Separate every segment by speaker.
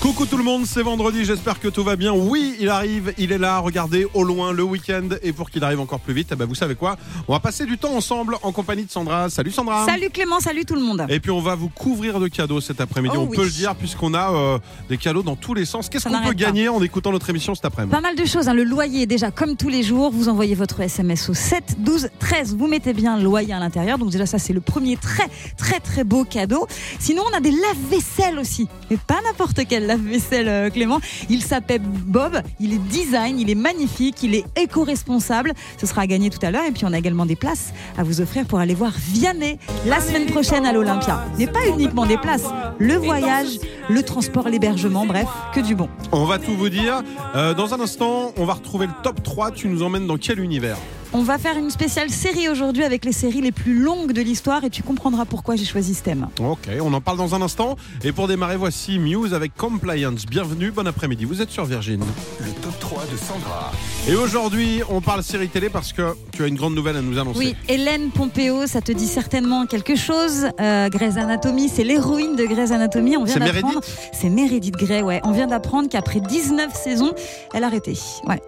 Speaker 1: Coucou tout le monde, c'est vendredi, j'espère que tout va bien. Oui, il arrive, il est là, regardez, au loin, le week-end. Et pour qu'il arrive encore plus vite, eh ben, vous savez quoi On va passer du temps ensemble en compagnie de Sandra. Salut Sandra
Speaker 2: Salut Clément, salut tout le monde.
Speaker 1: Et puis on va vous couvrir de cadeaux cet après-midi,
Speaker 2: Oh
Speaker 1: on
Speaker 2: oui.
Speaker 1: peut le dire, puisqu'on a euh, des cadeaux dans tous les sens. Qu'est-ce
Speaker 2: Ça
Speaker 1: qu'on peut
Speaker 2: n'arrête pas.
Speaker 1: gagner en écoutant notre émission cet après-midi
Speaker 2: Pas mal de choses, hein. le loyer déjà comme tous les jours, vous envoyez votre SMS au 7 12 13, vous mettez bien loyer à l'intérieur, donc déjà ça c'est le premier très très très beau cadeau. Sinon on a des lave-vaisselle aussi, mais pas n'importe quel lave-vaisselle euh, Clément, il s'appelle Bob, il est design, il est magnifique, il est éco-responsable, ce sera à gagner tout à l'heure et puis on a également des places à vous offrir pour aller voir Vianney la semaine prochaine à l'Olympia. Mais pas uniquement des places, le voyage, le transport, l'hébergement, bref, que du bon.
Speaker 1: On va tout vous dire. Euh, dans un instant, on va retrouver le top 3. Tu nous emmènes dans quel univers
Speaker 2: On va faire une spéciale série aujourd'hui avec les séries les plus longues de l'histoire et tu comprendras pourquoi j'ai choisi ce thème.
Speaker 1: Ok, on en parle dans un instant. Et pour démarrer, voici Muse avec Compliance. Bienvenue, bon après-midi, vous êtes sur Virgin.
Speaker 3: Le top 3 de Sandra.
Speaker 1: Et aujourd'hui, on parle série télé parce que tu as une grande nouvelle à nous annoncer.
Speaker 2: Oui, Hélène Pompeo, ça te dit certainement quelque chose. Euh, Grey's Anatomy, c'est l'héroïne de Grey's Anatomy. On vient
Speaker 1: C'est
Speaker 2: d'apprendre. C'est Meredith Grey, ouais. On vient d'apprendre qu'après 19 saisons, elle a arrêté. Ouais.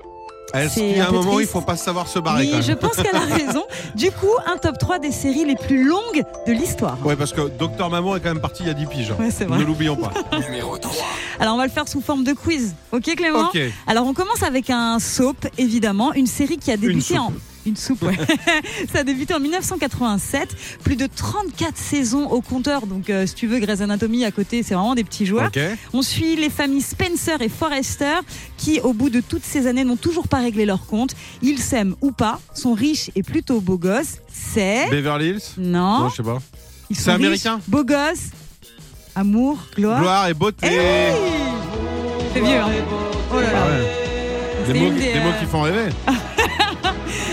Speaker 1: Est-ce
Speaker 2: c'est
Speaker 1: qu'il y a un
Speaker 2: un peu
Speaker 1: moment où il
Speaker 2: triste.
Speaker 1: faut pas savoir se barrer
Speaker 2: Oui,
Speaker 1: quand même
Speaker 2: je pense qu'elle a raison. Du coup, un top 3 des séries les plus longues de l'histoire.
Speaker 1: Ouais, parce que Docteur Maman est quand même parti il y a 10 piges.
Speaker 2: Ouais, c'est
Speaker 1: ne
Speaker 2: vrai.
Speaker 1: l'oublions pas.
Speaker 3: Numéro 3.
Speaker 2: Alors, on va le faire sous forme de quiz. Ok, Clément
Speaker 1: ok,
Speaker 2: Alors on commence avec un soap, évidemment, une série qui a débuté
Speaker 1: soupe.
Speaker 2: en... Une soupe, ouais. Ça a débuté en 1987. Plus de 34 saisons au compteur. Donc, euh, si tu veux, Grey's Anatomy à côté, c'est vraiment des petits joueurs.
Speaker 1: ok.
Speaker 2: On suit les familles Spencer et Forrester qui, au bout de toutes ces années, n'ont toujours pas réglé leur compte. Ils s'aiment ou pas, sont riches et plutôt beaux gosses. C'est.
Speaker 1: Beverly Hills
Speaker 2: Non.
Speaker 1: Non, je sais pas.
Speaker 2: Ils sont
Speaker 1: c'est
Speaker 2: riches,
Speaker 1: américain
Speaker 2: Beaux gosses, amour, gloire.
Speaker 1: Gloire et beauté.
Speaker 2: Eh oui C'est vieux, hein. Oh là là.
Speaker 1: Ah ouais, Des,
Speaker 2: C'est
Speaker 1: mots,
Speaker 2: une
Speaker 1: des
Speaker 2: des,
Speaker 1: mots
Speaker 2: euh,
Speaker 1: qui font rêver. Des-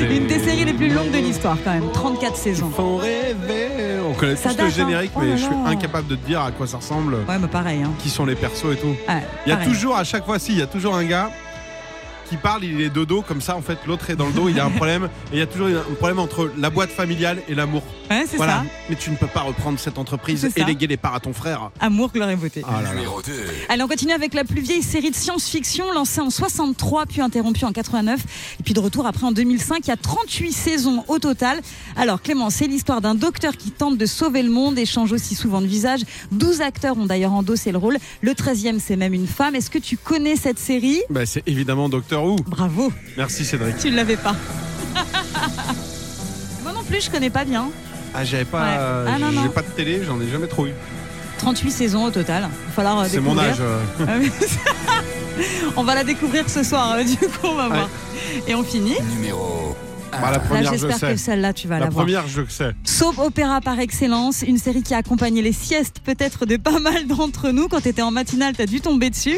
Speaker 2: Une des séries les plus longues de l'histoire quand même, 34 saisons.
Speaker 1: font rêver. On connaît
Speaker 2: Ça
Speaker 1: tous le
Speaker 2: date, hein.
Speaker 1: générique,
Speaker 2: Oh
Speaker 1: mais
Speaker 2: là
Speaker 1: je suis
Speaker 2: là.
Speaker 1: incapable de te dire à quoi ça ressemble,
Speaker 2: Ouais, mais pareil. Hein.
Speaker 1: qui sont les persos et tout.
Speaker 2: Ouais,
Speaker 1: Il y a
Speaker 2: pareil.
Speaker 1: toujours, à chaque fois, si, il y a toujours un gars qui parle, il est de dos, comme ça, en fait, l'autre est dans le dos, il y a un problème. Et il y a toujours un problème entre la boîte familiale et l'amour.
Speaker 2: Ouais, c'est
Speaker 1: Voilà. Mais tu ne peux pas reprendre cette entreprise
Speaker 2: C'est
Speaker 1: et
Speaker 2: ça.
Speaker 1: léguer les parts à ton frère.
Speaker 2: ça. Amour, gloire et beauté.
Speaker 1: Ah là là.
Speaker 3: Numéro 2.
Speaker 2: Allez, on continue avec la plus vieille série de science-fiction lancée en 63, puis interrompue en 89, et puis de retour après en 2005. Il y a 38 saisons au total. Alors, Clément, c'est l'histoire d'un docteur qui tente de sauver le monde et change aussi souvent de visage. 12 acteurs ont d'ailleurs endossé le rôle. Le 13e, c'est même une femme. Est-ce que tu connais cette série
Speaker 1: Bah, c'est évidemment Docteur Who.
Speaker 2: Bravo,
Speaker 1: Merci Cédric.
Speaker 2: tu ne l'avais pas. Moi non plus, je connais pas bien.
Speaker 1: Ah, j'avais pas,
Speaker 2: Ouais.
Speaker 1: euh,
Speaker 2: Ah, non,
Speaker 1: j'ai
Speaker 2: non.
Speaker 1: pas de télé, j'en ai jamais trop eu.
Speaker 2: 38 saisons au total. Il va falloir euh,
Speaker 1: C'est mon
Speaker 2: découvrir.
Speaker 1: âge. euh.
Speaker 2: Ah oui. on va la découvrir ce soir, euh, du coup, on va voir. Et on finit.
Speaker 3: Numéro
Speaker 1: Bah, la
Speaker 2: Ah, Là,
Speaker 1: première, je
Speaker 2: j'espère
Speaker 1: sais.
Speaker 2: que celle-là, tu vas la,
Speaker 1: La
Speaker 2: voir.
Speaker 1: première, je sais.
Speaker 2: Soap Opéra par excellence, une série qui a accompagné les siestes peut-être de pas mal d'entre nous. Quand t'étais en matinale, t'as dû tomber dessus.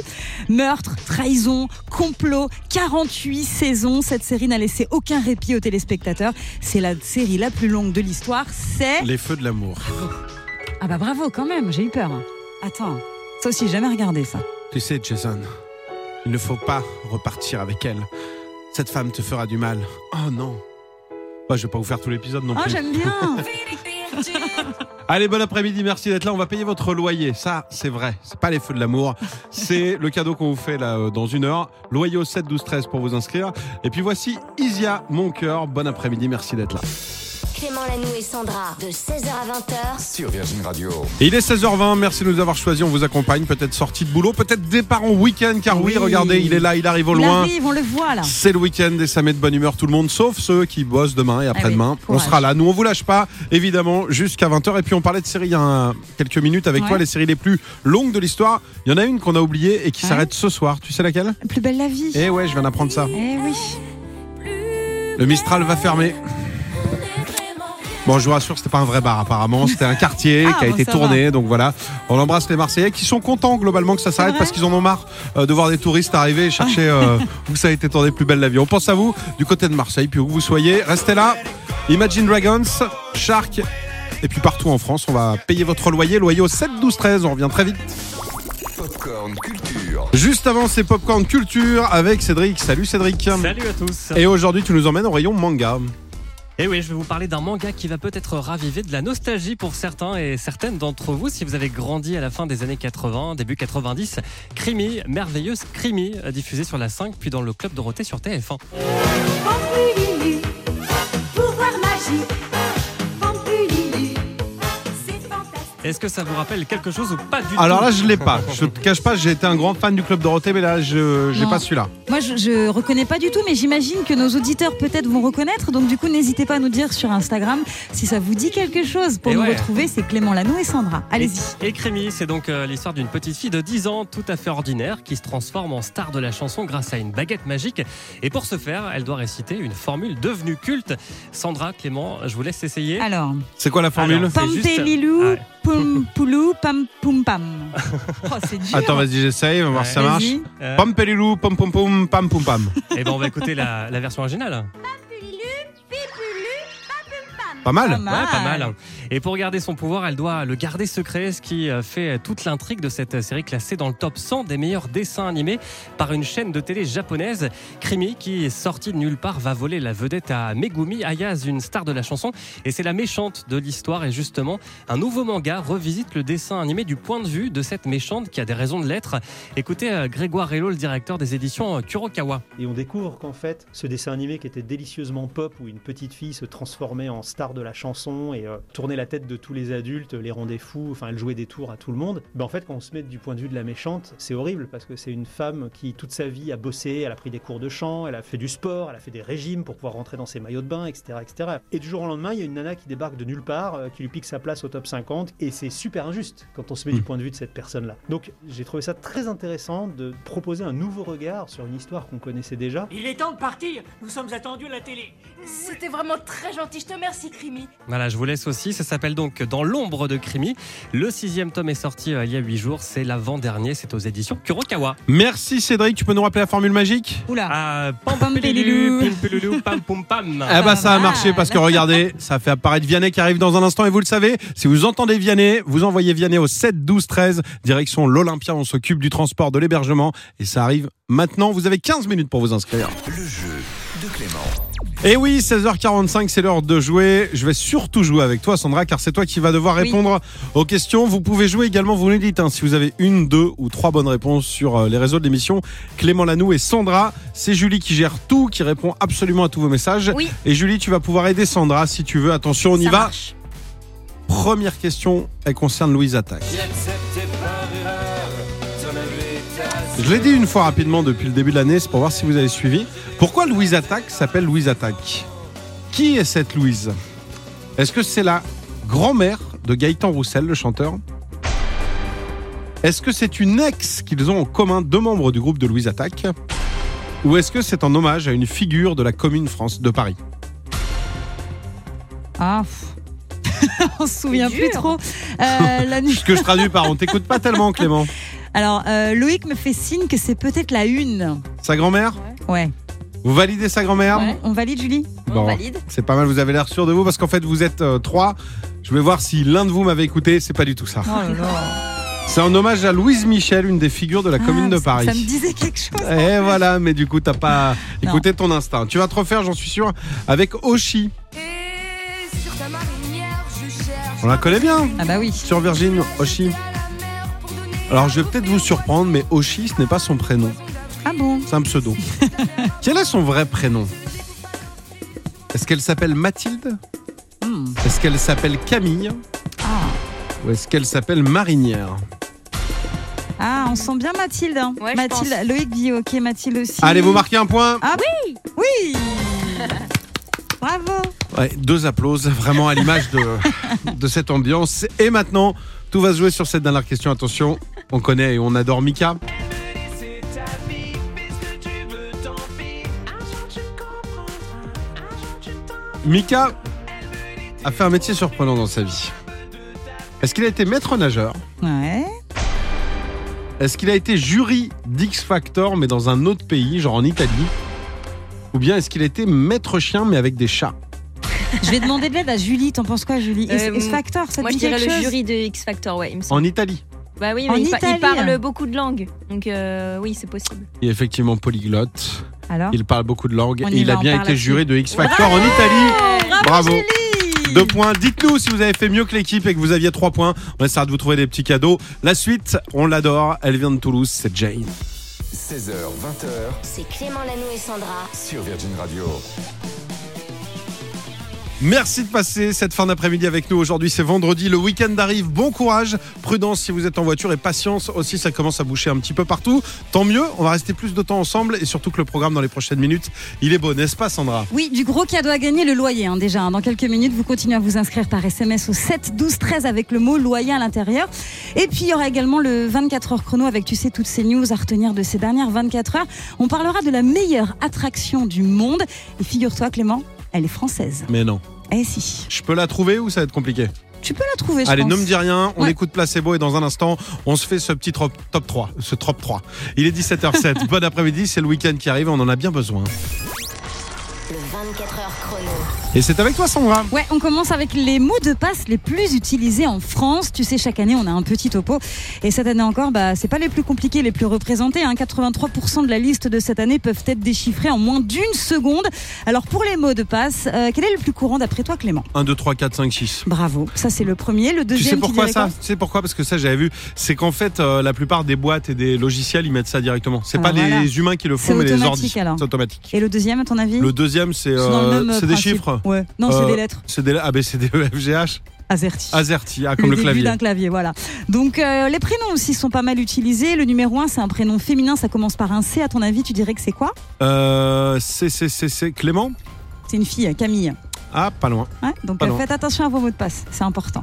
Speaker 2: Meurtre, trahison, complot, 48 saisons. Cette série n'a laissé aucun répit aux téléspectateurs. C'est la série la plus longue de l'histoire. C'est.
Speaker 1: Les feux de l'amour.
Speaker 2: Ah bah bravo quand même, j'ai eu peur. Attends, ça aussi, j'ai jamais regardé ça.
Speaker 1: Tu sais, Jason, il ne faut pas repartir avec elle. Cette femme te fera du mal. Oh non. Bah, je vais pas vous faire tout l'épisode non
Speaker 2: Oh,
Speaker 1: plus.
Speaker 2: j'aime bien!
Speaker 1: Allez, bon après-midi, merci d'être là. On va payer votre loyer. Ça, c'est vrai. C'est pas les feux de l'amour. C'est le cadeau qu'on vous fait là euh, dans une heure. Loyer au 7 12 13 pour vous inscrire. Et puis voici Isia, mon cœur. Bon après-midi, merci d'être là.
Speaker 4: Clément Lanoux et Sandra. De 16h à 20h.
Speaker 3: sur Virgin Radio.
Speaker 1: Et il est 16h20, merci de nous avoir choisis, on vous accompagne, peut-être sortie de boulot, peut-être départ en week-end, car oui,
Speaker 2: Oui.
Speaker 1: regardez, il est là, il arrive au
Speaker 2: Il
Speaker 1: loin.
Speaker 2: arrive, on le voit là.
Speaker 1: C'est le week-end et ça met de bonne humeur tout le monde, sauf ceux qui bossent demain et après-demain.
Speaker 2: Ah oui,
Speaker 1: on
Speaker 2: courage.
Speaker 1: sera là, nous on vous lâche pas, évidemment, jusqu'à 20h. Et puis on parlait de séries il y a un- quelques minutes avec
Speaker 2: Ouais.
Speaker 1: toi, les séries les plus longues de l'histoire. Il y en a une qu'on a oubliée et qui
Speaker 2: Ouais.
Speaker 1: s'arrête ce soir, tu sais laquelle
Speaker 2: Plus belle la vie.
Speaker 1: Eh ouais, je viens d'apprendre ça.
Speaker 2: Eh oui.
Speaker 1: Le Mistral va fermer. Bon, je vous rassure, c'était pas un vrai bar apparemment, c'était un quartier
Speaker 2: Ah,
Speaker 1: qui a
Speaker 2: bon,
Speaker 1: été
Speaker 2: ça
Speaker 1: tourné. Donc voilà, on embrasse les Marseillais qui sont contents globalement que ça s'arrête
Speaker 2: vrai Ah.
Speaker 1: parce qu'ils en ont marre euh, de voir des touristes arriver et chercher euh, où ça a été tourné plus belle la vie. On pense à vous du côté de Marseille, puis où vous soyez, restez là. Imagine Dragons, Shark, et puis partout en France, on va payer votre loyer, loyer au 7 12 13. On revient très vite.
Speaker 3: Popcorn Culture.
Speaker 1: Juste avant, c'est Popcorn Culture avec Cédric. Salut Cédric.
Speaker 5: Salut à tous.
Speaker 1: Et aujourd'hui, tu nous emmènes au rayon manga.
Speaker 5: Et oui, je vais vous parler d'un manga qui va peut-être raviver de la nostalgie pour certains et certaines d'entre vous si vous avez grandi à la fin des années 80, début 90. Crimi, merveilleuse Crimi, euh, diffusée sur la 5 puis dans le club Dorothée sur TF1.
Speaker 6: Pampululu, pouvoir magique. Pampululu, c'est fantastique.
Speaker 5: Est-ce que ça vous rappelle quelque chose ou pas du tout
Speaker 1: Alors là, je l'ai pas. Je te cache pas, j'ai été un grand fan du club Dorothée, mais là, je j'ai
Speaker 2: Non.
Speaker 1: pas celui-là.
Speaker 2: Moi, je, je reconnais pas du tout, mais j'imagine que nos auditeurs peut-être vont reconnaître. Donc, du coup, n'hésitez pas à nous dire sur Instagram si ça vous dit quelque chose. Pour
Speaker 5: Et
Speaker 2: nous
Speaker 5: Eh ouais.
Speaker 2: retrouver, c'est Clément Lano et Sandra. Allez-y.
Speaker 5: Et, et Crémy, c'est donc euh, l'histoire d'une petite fille de 10 ans, tout à fait ordinaire, qui se transforme en star de la chanson grâce à une baguette magique. Et pour ce faire, elle doit réciter une formule devenue culte. Sandra, Clément, je vous laisse essayer.
Speaker 2: Alors,
Speaker 1: C'est quoi la formule
Speaker 5: Alors, C'est
Speaker 2: pam
Speaker 5: juste-
Speaker 2: Lilou,
Speaker 5: Ah, Ouais.
Speaker 2: poum poulou, pam poum pam. Oh, c'est dur.
Speaker 1: Attends, vas-y, j'essaye, on va voir si ça marche.
Speaker 2: Vas-y.
Speaker 5: Euh,
Speaker 1: Pam pelilou, pom pom pom, pam pom pam.
Speaker 5: et ben on va écouter la, la version originale.
Speaker 6: Pampululu, pipulu,
Speaker 1: Pas
Speaker 2: Pas
Speaker 1: mal.
Speaker 2: mal.
Speaker 5: Ah, Ouais, pas mal. Et pour garder son pouvoir, elle doit le garder secret, ce qui euh, fait toute l'intrigue de cette série classée dans le top 100 des meilleurs dessins animés par une chaîne de télé japonaise. Krimi, qui est sortie de nulle part, va voler la vedette à Megumi Ayaz, une star de la chanson. Et c'est la méchante de l'histoire. Et justement, un nouveau manga revisite le dessin animé du point de vue de cette méchante qui a des raisons de l'être. Écoutez euh, Grégoire Hello, le directeur des éditions euh, Kurokawa.
Speaker 7: Et on découvre qu'en fait, ce dessin animé qui était délicieusement pop, où une petite fille se transformait en star de la chanson et euh, tournait la tête de tous les adultes, les rendait fous, enfin elle jouait des tours à tout le monde, ben en fait quand on se met du point de vue de la méchante, c'est horrible parce que c'est une femme qui toute sa vie a bossé, elle a pris des cours de chant, elle a fait du sport, elle a fait des régimes pour pouvoir rentrer dans ses maillots de bain, etc. etc. Et du jour au lendemain, il y a une nana qui débarque de nulle part, euh, qui lui pique sa place au top 50, et c'est super injuste quand on se met du
Speaker 1: Mm.
Speaker 7: point de vue de cette personne-là. Donc j'ai trouvé ça très intéressant de proposer un nouveau regard sur une histoire qu'on connaissait déjà,
Speaker 8: Il est temps de partir, nous sommes attendus à la télé.
Speaker 6: C'était vraiment très gentil, je te remercie, Crimi.
Speaker 5: Voilà, je vous laisse aussi. Ça s'appelle donc Dans l'ombre de Crimi. Le sixième tome est sorti euh, il y a huit jours. C'est l'avant-dernier. C'est aux éditions Kurokawa.
Speaker 1: Merci Cédric, tu peux nous rappeler la formule magique
Speaker 2: Oula.
Speaker 5: Ah, pam
Speaker 2: Pam, pelilou.
Speaker 5: pelilou, pim, pelilou, pam pum pam.
Speaker 1: Eh bah ça a
Speaker 2: mal.
Speaker 1: marché parce que regardez, ça fait apparaître Vianney qui arrive dans un instant et vous le savez, si vous entendez Vianney, vous envoyez Vianney au 7 12 13 direction l'Olympia, on s'occupe du transport, de l'hébergement et ça arrive maintenant, vous avez 15 minutes pour vous inscrire.
Speaker 3: Le jeu de Clément.
Speaker 1: Et Eh oui, 16h45, c'est l'heure de jouer. Je vais surtout jouer avec toi, Sandra, car c'est toi qui vas devoir
Speaker 2: Oui.
Speaker 1: répondre aux questions. Vous pouvez jouer également, vous nous dites, hein, si vous avez une, deux ou trois bonnes réponses sur euh, les réseaux de l'émission. Clément Lanoux et Sandra, c'est Julie qui gère tout, qui répond absolument à tous vos messages.
Speaker 4: Oui.
Speaker 1: Et Julie, tu vas pouvoir aider Sandra si tu veux. Attention, on y
Speaker 4: Ça
Speaker 1: va.
Speaker 4: marche.
Speaker 1: Première question, elle concerne Louise Attaque. Je l'ai dit une fois rapidement depuis le début de l'année, c'est pour voir si vous avez suivi. Pourquoi Louise Attaque s'appelle Louise Attaque Qui est cette Louise Est-ce que c'est la grand-mère de Gaëtan Roussel, le chanteur Est-ce que c'est une ex qu'ils ont en commun, deux membres du groupe de Louise Attaque Ou est-ce que c'est en hommage à une figure de la commune France de Paris
Speaker 2: Ah. pff. On se souvient
Speaker 4: C'est
Speaker 2: plus
Speaker 4: dur.
Speaker 2: trop. Euh, la nuit.
Speaker 1: Ce que je traduis par on t'écoute pas tellement, Clément.
Speaker 2: Alors, euh, Loïc me fait signe que c'est peut-être la une.
Speaker 1: Sa grand-mère
Speaker 2: Ouais.
Speaker 1: Vous validez sa grand-mère
Speaker 2: On- On valide, Julie
Speaker 1: Bon.
Speaker 4: On valide.
Speaker 1: C'est pas mal, vous avez l'air sûr de vous parce qu'en fait vous êtes euh, trois. Je vais voir si l'un de vous m'avait écouté, c'est pas du tout ça.
Speaker 2: Oh là là.
Speaker 1: C'est en hommage à Louise Michel, une des figures de la commune
Speaker 2: Ah,
Speaker 1: de
Speaker 2: ça- Ça me
Speaker 1: Paris.
Speaker 2: disait quelque chose.
Speaker 1: Et voilà, mais du coup t'as pas
Speaker 2: Non.
Speaker 1: écouté ton instinct. Tu vas te refaire, j'en suis sûr, avec Oshi.
Speaker 6: Et sur ta marinière, je cherche.
Speaker 1: On la connaît bien
Speaker 2: Ah bah oui.
Speaker 1: sur Virgin, Oshi. Alors je vais peut-être vous surprendre, mais Oshi, ce n'est pas son prénom,
Speaker 2: Ah bon
Speaker 1: c'est un pseudo. Quel est son vrai prénom Est-ce qu'elle s'appelle Mathilde
Speaker 2: Hmm.
Speaker 1: Est-ce qu'elle s'appelle Camille
Speaker 2: Ah.
Speaker 1: Ou est-ce qu'elle s'appelle Marinière
Speaker 2: Ah, on sent bien Mathilde. hein.
Speaker 4: Ouais, je
Speaker 2: Mathilde,
Speaker 4: pense.
Speaker 2: Loïc dit ok, Mathilde aussi. Ah
Speaker 1: Allez, vous marquez un point.
Speaker 2: Oui Bravo
Speaker 1: Ouais, deux applauses, vraiment à l'image de, de cette ambiance. Et maintenant, tout va se jouer sur cette dernière question. Attention, on connaît et on adore Mika. Mika a fait un métier surprenant dans sa vie. Est-ce qu'il a été maître nageur
Speaker 2: Ouais.
Speaker 1: Est-ce qu'il a été jury d'X Factor mais dans un autre pays, genre en Italie Ou bien est-ce qu'il a été maître chien mais avec des chats
Speaker 2: Je vais demander de l'aide à Julie. T'en penses quoi, Julie
Speaker 4: Euh,
Speaker 2: Est-ce factor ça te
Speaker 4: Moi, je
Speaker 2: dit
Speaker 4: dirais
Speaker 2: quelque
Speaker 4: le
Speaker 2: chose
Speaker 4: jury de X Factor, ouais, il me semble.
Speaker 1: En Italie
Speaker 4: Bah oui,
Speaker 2: En
Speaker 4: mais il, pa- il
Speaker 2: Italie.
Speaker 4: parle beaucoup de langues. Donc, euh, oui, c'est possible.
Speaker 1: Il est effectivement polyglotte.
Speaker 2: Alors
Speaker 1: Il parle beaucoup de langues
Speaker 2: On
Speaker 1: et
Speaker 2: y
Speaker 1: il
Speaker 2: va,
Speaker 1: a
Speaker 2: on
Speaker 1: bien
Speaker 2: parle
Speaker 1: été
Speaker 2: là-dessus.
Speaker 1: juré de X Factor en Italie. Bravo.
Speaker 2: Oh, Julie
Speaker 1: Deux points. Dites-nous si vous avez fait mieux que l'équipe et que vous aviez trois points. On essaiera de vous trouver des petits cadeaux. La suite, on l'adore. Elle vient de Toulouse, c'est Jane.
Speaker 3: 16h, 20h
Speaker 4: C'est Clément Lanoux et Sandra.
Speaker 3: sur Virgin Radio.
Speaker 1: Merci de passer cette fin d'après-midi avec nous. Aujourd'hui, c'est vendredi. Le week-end arrive. Bon courage. Prudence si vous êtes en voiture et patience aussi. Ça commence à boucher un petit peu partout. Tant mieux. On va rester plus de temps ensemble et surtout que le programme dans les prochaines minutes, il est beau, n'est-ce pas, Sandra
Speaker 2: Oui, du gros cadeau à gagner, le loyer hein, déjà. hein. Dans quelques minutes, vous continuez à vous inscrire par SMS au 7 12 13 avec le mot loyer à l'intérieur. Et puis il y aura également le 24 heures chrono avec tu sais toutes ces news à retenir de ces dernières 24 heures. On parlera de la meilleure attraction du monde et figure-toi Clément, elle est française.
Speaker 1: Mais non.
Speaker 2: Eh si,
Speaker 1: Je peux la trouver ou ça va être compliqué
Speaker 2: tu peux la trouver. Je
Speaker 1: Allez,
Speaker 2: pense.
Speaker 1: ne me dis rien, on
Speaker 2: Ouais.
Speaker 1: écoute Placebo et dans un instant, on se fait ce petit trop- top 3, ce top 3. Il est 17h07, bon après-midi, c'est le week-end qui arrive, on en a bien besoin.
Speaker 4: Le 24h chrono.
Speaker 1: Et c'est avec toi Sandra
Speaker 2: Ouais, on commence avec les mots de passe les plus utilisés en France. Tu sais, chaque année, on a un petit topo. Et cette année encore, bah, c'est pas les plus compliqués, les plus représentés. hein. 83% de la liste de cette année peuvent être déchiffrés en moins d'une seconde. Alors, pour les mots de passe, euh, quel est le plus courant d'après toi, Clément
Speaker 1: 1, 2, 3, 4, 5, 6.
Speaker 2: Bravo. Ça, c'est le premier. Le
Speaker 1: Tu
Speaker 2: deuxième,
Speaker 1: sais pourquoi
Speaker 2: dirais
Speaker 1: ça
Speaker 2: quoi
Speaker 1: Tu sais pourquoi Parce que ça j'avais vu, c'est qu'en fait euh, la plupart des boîtes et des logiciels ils mettent ça directement. C'est
Speaker 2: Alors
Speaker 1: pas
Speaker 2: Ah, voilà.
Speaker 1: les humains qui le
Speaker 2: C'est
Speaker 1: font mais les
Speaker 2: automatique,
Speaker 1: ordi.
Speaker 2: alors.
Speaker 1: C'est automatique.
Speaker 2: Et le deuxième, à ton avis
Speaker 1: Le deuxième c'est
Speaker 2: C'est dans le
Speaker 1: euh,
Speaker 2: même
Speaker 1: c'est des
Speaker 2: principe.
Speaker 1: chiffres.
Speaker 2: Ouais. Non, c'est
Speaker 1: Euh,
Speaker 2: des lettres.
Speaker 1: C'est des A B C D E F G H
Speaker 2: Azerty.
Speaker 1: AZERTY, ah, comme le,
Speaker 2: début
Speaker 1: clavier.
Speaker 2: d'un clavier, voilà. Donc euh, les prénoms aussi sont pas mal utilisés. Le numéro 1, c'est un prénom féminin, ça commence par un C. À ton avis, tu dirais que c'est quoi
Speaker 1: Euh, c'est c'est c'est c'est Clément
Speaker 2: C'est une fille, Camille.
Speaker 1: Ah pas loin.
Speaker 2: Ouais, donc
Speaker 1: Pas
Speaker 2: euh,
Speaker 1: loin.
Speaker 2: faites attention à vos mots de passe, c'est important.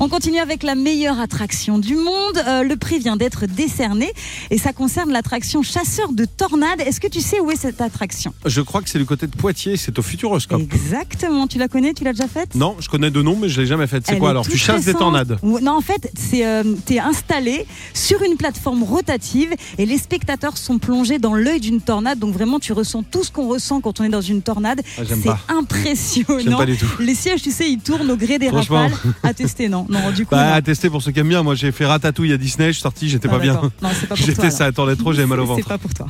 Speaker 2: On continue avec la meilleure attraction du monde. Euh, le prix vient d'être décerné et ça concerne l'attraction Chasseur de Tornades. Est-ce que tu sais où est cette attraction
Speaker 1: Je crois que c'est du côté de Poitiers, c'est au Futuroscope.
Speaker 2: Exactement, tu la connais, tu l'as déjà faite
Speaker 1: Non, je connais deux noms, mais je l'ai jamais faite. C'est
Speaker 2: Elle
Speaker 1: quoi
Speaker 2: est
Speaker 1: alors Tu
Speaker 2: toute
Speaker 1: chasses des
Speaker 2: récente.
Speaker 1: tornades.
Speaker 2: Ou- Non, en fait, c'est euh, t'es installé sur une plateforme rotative et les spectateurs sont plongés dans l'œil d'une tornade. Donc vraiment, tu ressens tout ce qu'on ressent quand on est dans une tornade.
Speaker 1: Ah, j'aime
Speaker 2: c'est
Speaker 1: pas. J'aime
Speaker 2: impressionnant.
Speaker 1: pas du tout.
Speaker 2: Les sièges, tu sais, ils tournent au gré des
Speaker 1: Franchement.
Speaker 2: rafales. À tester, non. Non, du coup.
Speaker 1: Bah,
Speaker 2: non.
Speaker 1: à tester pour ceux qui aiment bien. Moi, j'ai fait ratatouille à Disney, je suis sorti, j'étais
Speaker 2: Ah,
Speaker 1: pas bien.
Speaker 2: d'accord. Non, c'est pas pour toi.
Speaker 1: J'étais, ça
Speaker 2: alors.
Speaker 1: attendait trop, j'avais mal au
Speaker 2: C'est-
Speaker 1: ventre.
Speaker 2: C'est pas pour toi.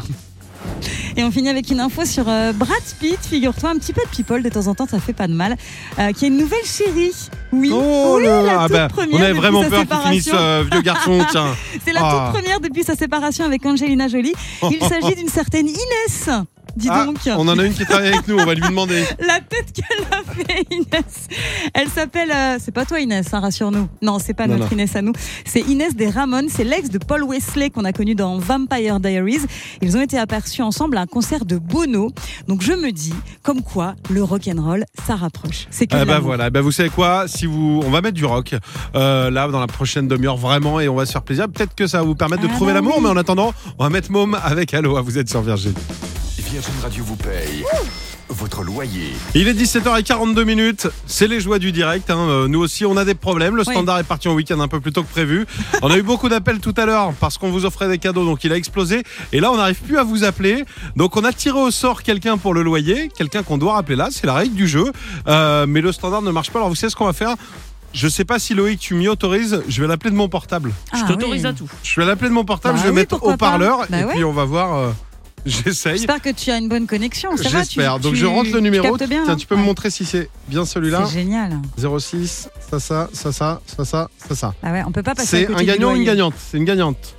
Speaker 2: Et on finit avec une info sur euh, Brad Pitt. Figure-toi, un petit peu de people de temps en temps, ça fait pas de mal. euh, qui a une nouvelle chérie. Oui.
Speaker 1: Oh
Speaker 2: oui,
Speaker 1: là
Speaker 2: la
Speaker 1: là,
Speaker 2: toute
Speaker 1: bah,
Speaker 2: première
Speaker 1: on avait
Speaker 2: depuis
Speaker 1: vraiment
Speaker 2: sa
Speaker 1: peur qu'il finisse
Speaker 2: séparation.
Speaker 1: euh, vieux garçon, tiens.
Speaker 2: C'est la
Speaker 1: Ah.
Speaker 2: toute première depuis sa séparation avec Angelina Jolie. Il s'agit d'une certaine Inès. Dis
Speaker 1: Ah,
Speaker 2: donc.
Speaker 1: on en a une qui travaille avec nous, on va lui demander. Ah,
Speaker 2: La tête qu'elle a fait, Inès. Elle s'appelle. euh, c'est pas toi, Inès, hein, rassure-nous. Non, c'est pas
Speaker 1: Non,
Speaker 2: notre
Speaker 1: non.
Speaker 2: Inès à nous. C'est Inès des Ramones. C'est l'ex de Paul Wesley qu'on a connu dans Vampire Diaries. Ils ont été aperçus ensemble à un concert de Bono. Donc je me dis, comme quoi, le rock'n'roll, ça rapproche. C'est que.
Speaker 1: Ah
Speaker 2: de
Speaker 1: bah
Speaker 2: l'amour.
Speaker 1: voilà, bah vous savez quoi Si vous, on va mettre du rock euh, là dans la prochaine demi-heure vraiment et on va se faire plaisir. Peut-être que ça va vous permettre de
Speaker 2: Ah
Speaker 1: trouver
Speaker 2: bah
Speaker 1: l'amour,
Speaker 2: oui.
Speaker 1: mais en attendant, on va mettre Môme avec Aloha. Vous êtes sur Virgin.
Speaker 3: Virgin Radio vous paye votre loyer.
Speaker 1: Il est 17h42 minutes, c'est les joies du direct. hein. Euh, Nous aussi, on a des problèmes. Le
Speaker 2: Oui.
Speaker 1: standard est parti en week-end un peu plus tôt que prévu. On a eu beaucoup d'appels tout à l'heure parce qu'on vous offrait des cadeaux, donc il a explosé. Et là, on n'arrive plus à vous appeler. Donc, on a tiré au sort quelqu'un pour le loyer, quelqu'un qu'on doit rappeler là. C'est la règle du jeu. Euh, mais le standard ne marche pas. Alors, vous savez ce qu'on va faire je sais pas si Loïc, tu m'y autorises. Je vais l'appeler de mon portable.
Speaker 2: Ah
Speaker 5: je t'autorise
Speaker 2: oui.
Speaker 5: à tout.
Speaker 1: Je vais l'appeler de mon portable.
Speaker 2: Bah
Speaker 1: je vais
Speaker 2: oui,
Speaker 1: mettre
Speaker 2: pourquoi
Speaker 1: au parleur
Speaker 2: pas. Bah
Speaker 1: et
Speaker 2: ouais.
Speaker 1: puis on va voir. euh, J'essaye.
Speaker 2: J'espère que tu as une bonne connexion. Ça va, tu-
Speaker 1: J'espère. Donc
Speaker 2: tu-
Speaker 1: je rentre le
Speaker 2: tu
Speaker 1: numéro.
Speaker 2: captes bien,
Speaker 1: Tiens,
Speaker 2: hein
Speaker 1: tu peux me
Speaker 2: Ouais.
Speaker 1: montrer si c'est bien celui-là.
Speaker 2: C'est génial.
Speaker 1: 06, ça, ça, ça, ça, ça, ça, ça, ça.
Speaker 2: Ah ouais, on peut pas passer. à
Speaker 1: C'est
Speaker 2: côté
Speaker 1: un
Speaker 2: du
Speaker 1: gagnant ou une
Speaker 2: loyer.
Speaker 1: gagnante C'est une gagnante.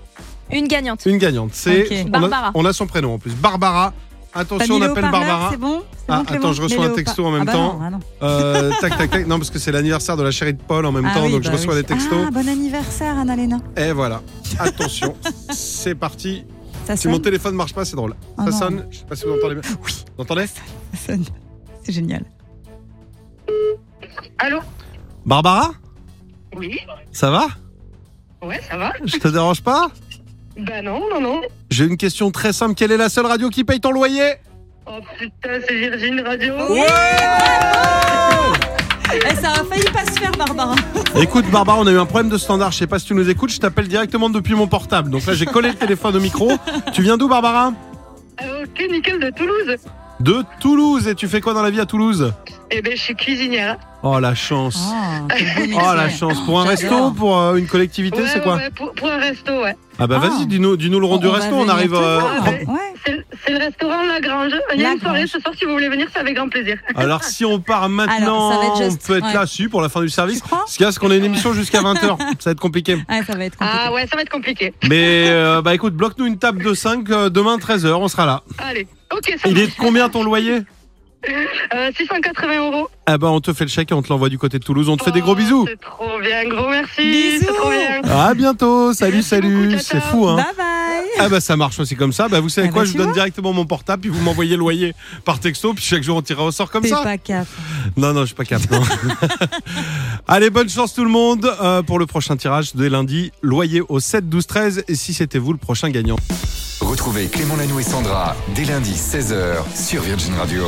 Speaker 9: Une gagnante.
Speaker 1: Une gagnante. C'est
Speaker 2: Ok.
Speaker 1: on a-
Speaker 9: Barbara.
Speaker 1: On a son prénom en plus. Barbara.
Speaker 2: T'as
Speaker 1: Attention, on
Speaker 2: mis le
Speaker 1: appelle
Speaker 2: haut-parleur,
Speaker 1: Barbara.
Speaker 2: C'est bon C'est
Speaker 1: Ah,
Speaker 2: bon, Clément
Speaker 1: attends, je reçois
Speaker 2: Mets-le
Speaker 1: un
Speaker 2: au
Speaker 1: texto
Speaker 2: par-
Speaker 1: en même
Speaker 2: Ah bah
Speaker 1: temps.
Speaker 2: non, ah non.
Speaker 1: Euh, tac, tac, tac. Non, parce que c'est l'anniversaire de la chérie de Paul en même
Speaker 2: Ah
Speaker 1: temps,
Speaker 2: oui,
Speaker 1: donc je
Speaker 2: bah
Speaker 1: reçois
Speaker 2: oui.
Speaker 1: des textos.
Speaker 2: Ah, bon anniversaire, Annalena.
Speaker 1: Et voilà. Attention, c'est parti.
Speaker 2: Ça
Speaker 1: Si mon
Speaker 2: sonne
Speaker 1: téléphone marche pas, c'est drôle.
Speaker 2: Ah
Speaker 1: ça
Speaker 2: non.
Speaker 1: sonne. Je sais pas si vous entendez bien.
Speaker 2: Oui.
Speaker 1: Vous entendez
Speaker 2: Ça sonne. C'est génial.
Speaker 10: Allô
Speaker 1: Barbara
Speaker 10: Oui,
Speaker 1: Ça va
Speaker 10: ouais, ça va
Speaker 1: Je te dérange pas
Speaker 10: Bah non, non, non.
Speaker 1: J'ai une question très simple. Quelle est la seule radio qui paye ton loyer
Speaker 10: Oh putain, c'est Virgin Radio.
Speaker 2: Eh, ça a failli pas se faire, Barbara.
Speaker 1: Écoute Barbara, on a eu un problème de standard, je sais pas si tu nous écoutes, je t'appelle directement depuis mon portable. Donc là j'ai collé le téléphone au micro. Tu viens d'où Barbara
Speaker 10: Ah, ok, nickel de Toulouse.
Speaker 1: De Toulouse et tu fais quoi dans la vie à Toulouse
Speaker 10: Eh ben, je suis cuisinière.
Speaker 1: Oh la chance.
Speaker 2: Oh, quel beau métier.
Speaker 1: Oh la chance pour un
Speaker 2: j'adore.
Speaker 1: resto, pour euh, une collectivité,
Speaker 10: Ouais,
Speaker 1: c'est quoi
Speaker 10: ouais, pour, pour un resto, ouais.
Speaker 1: Ah bah
Speaker 2: Ah.
Speaker 1: vas-y, dis-nous dis-nous le rond du
Speaker 2: On va
Speaker 1: resto, on
Speaker 2: venir
Speaker 1: arrive
Speaker 2: te
Speaker 1: euh,
Speaker 2: voir.
Speaker 10: en-
Speaker 2: Ouais.
Speaker 10: C'est C'est le restaurant La Grange. Il y
Speaker 2: La
Speaker 10: a une soirée
Speaker 2: Grange.
Speaker 10: ce soir, si vous voulez venir, c'est avec grand plaisir.
Speaker 1: Alors si on part maintenant,
Speaker 2: Ah, Alors, ça va être
Speaker 1: on
Speaker 2: juste,
Speaker 1: peut être
Speaker 2: ouais.
Speaker 1: là dessus pour la fin du service.
Speaker 2: Tu crois
Speaker 1: Ce qu'il y a, c'est qu'on a une émission jusqu'à 20h. Ça va être compliqué.
Speaker 2: Ouais, ça va être compliqué.
Speaker 10: Ah ouais, ça va être compliqué.
Speaker 1: Mais euh, bah écoute, bloque-nous une table de 5 euh, demain 13h, on sera là.
Speaker 10: Allez, ok, ça
Speaker 1: Il
Speaker 10: va.
Speaker 1: est de combien ton loyer
Speaker 10: Euh, 680 euros.
Speaker 1: Ah bah on te fait le chèque et on te l'envoie du côté de Toulouse. On te fait des
Speaker 10: Oh,
Speaker 1: gros bisous.
Speaker 10: C'est trop bien, gros merci.
Speaker 2: Bisous.
Speaker 10: C'est trop bien.
Speaker 1: À bientôt. Salut,
Speaker 10: Merci beaucoup,
Speaker 1: salut.
Speaker 10: ciao,
Speaker 1: C'est
Speaker 10: ciao.
Speaker 1: fou hein.
Speaker 2: Bye bye.
Speaker 1: Ah bah ça marche aussi comme ça. Bah vous savez
Speaker 2: Ah
Speaker 1: quoi,
Speaker 2: bah,
Speaker 1: je vous
Speaker 2: tu
Speaker 1: donne
Speaker 2: vois.
Speaker 1: directement mon portable puis vous m'envoyez le loyer par texto puis chaque jour on tirera au sort comme
Speaker 2: T'es
Speaker 1: ça.
Speaker 2: pas cap.
Speaker 1: Non non, je suis pas cap. non. Allez, bonne chance tout le monde euh, pour le prochain tirage dès lundi. Loyer au 7 12 13 et si c'était vous le prochain gagnant.
Speaker 3: Retrouvez Clément Lanou et Sandra dès lundi 16h sur Virgin Radio.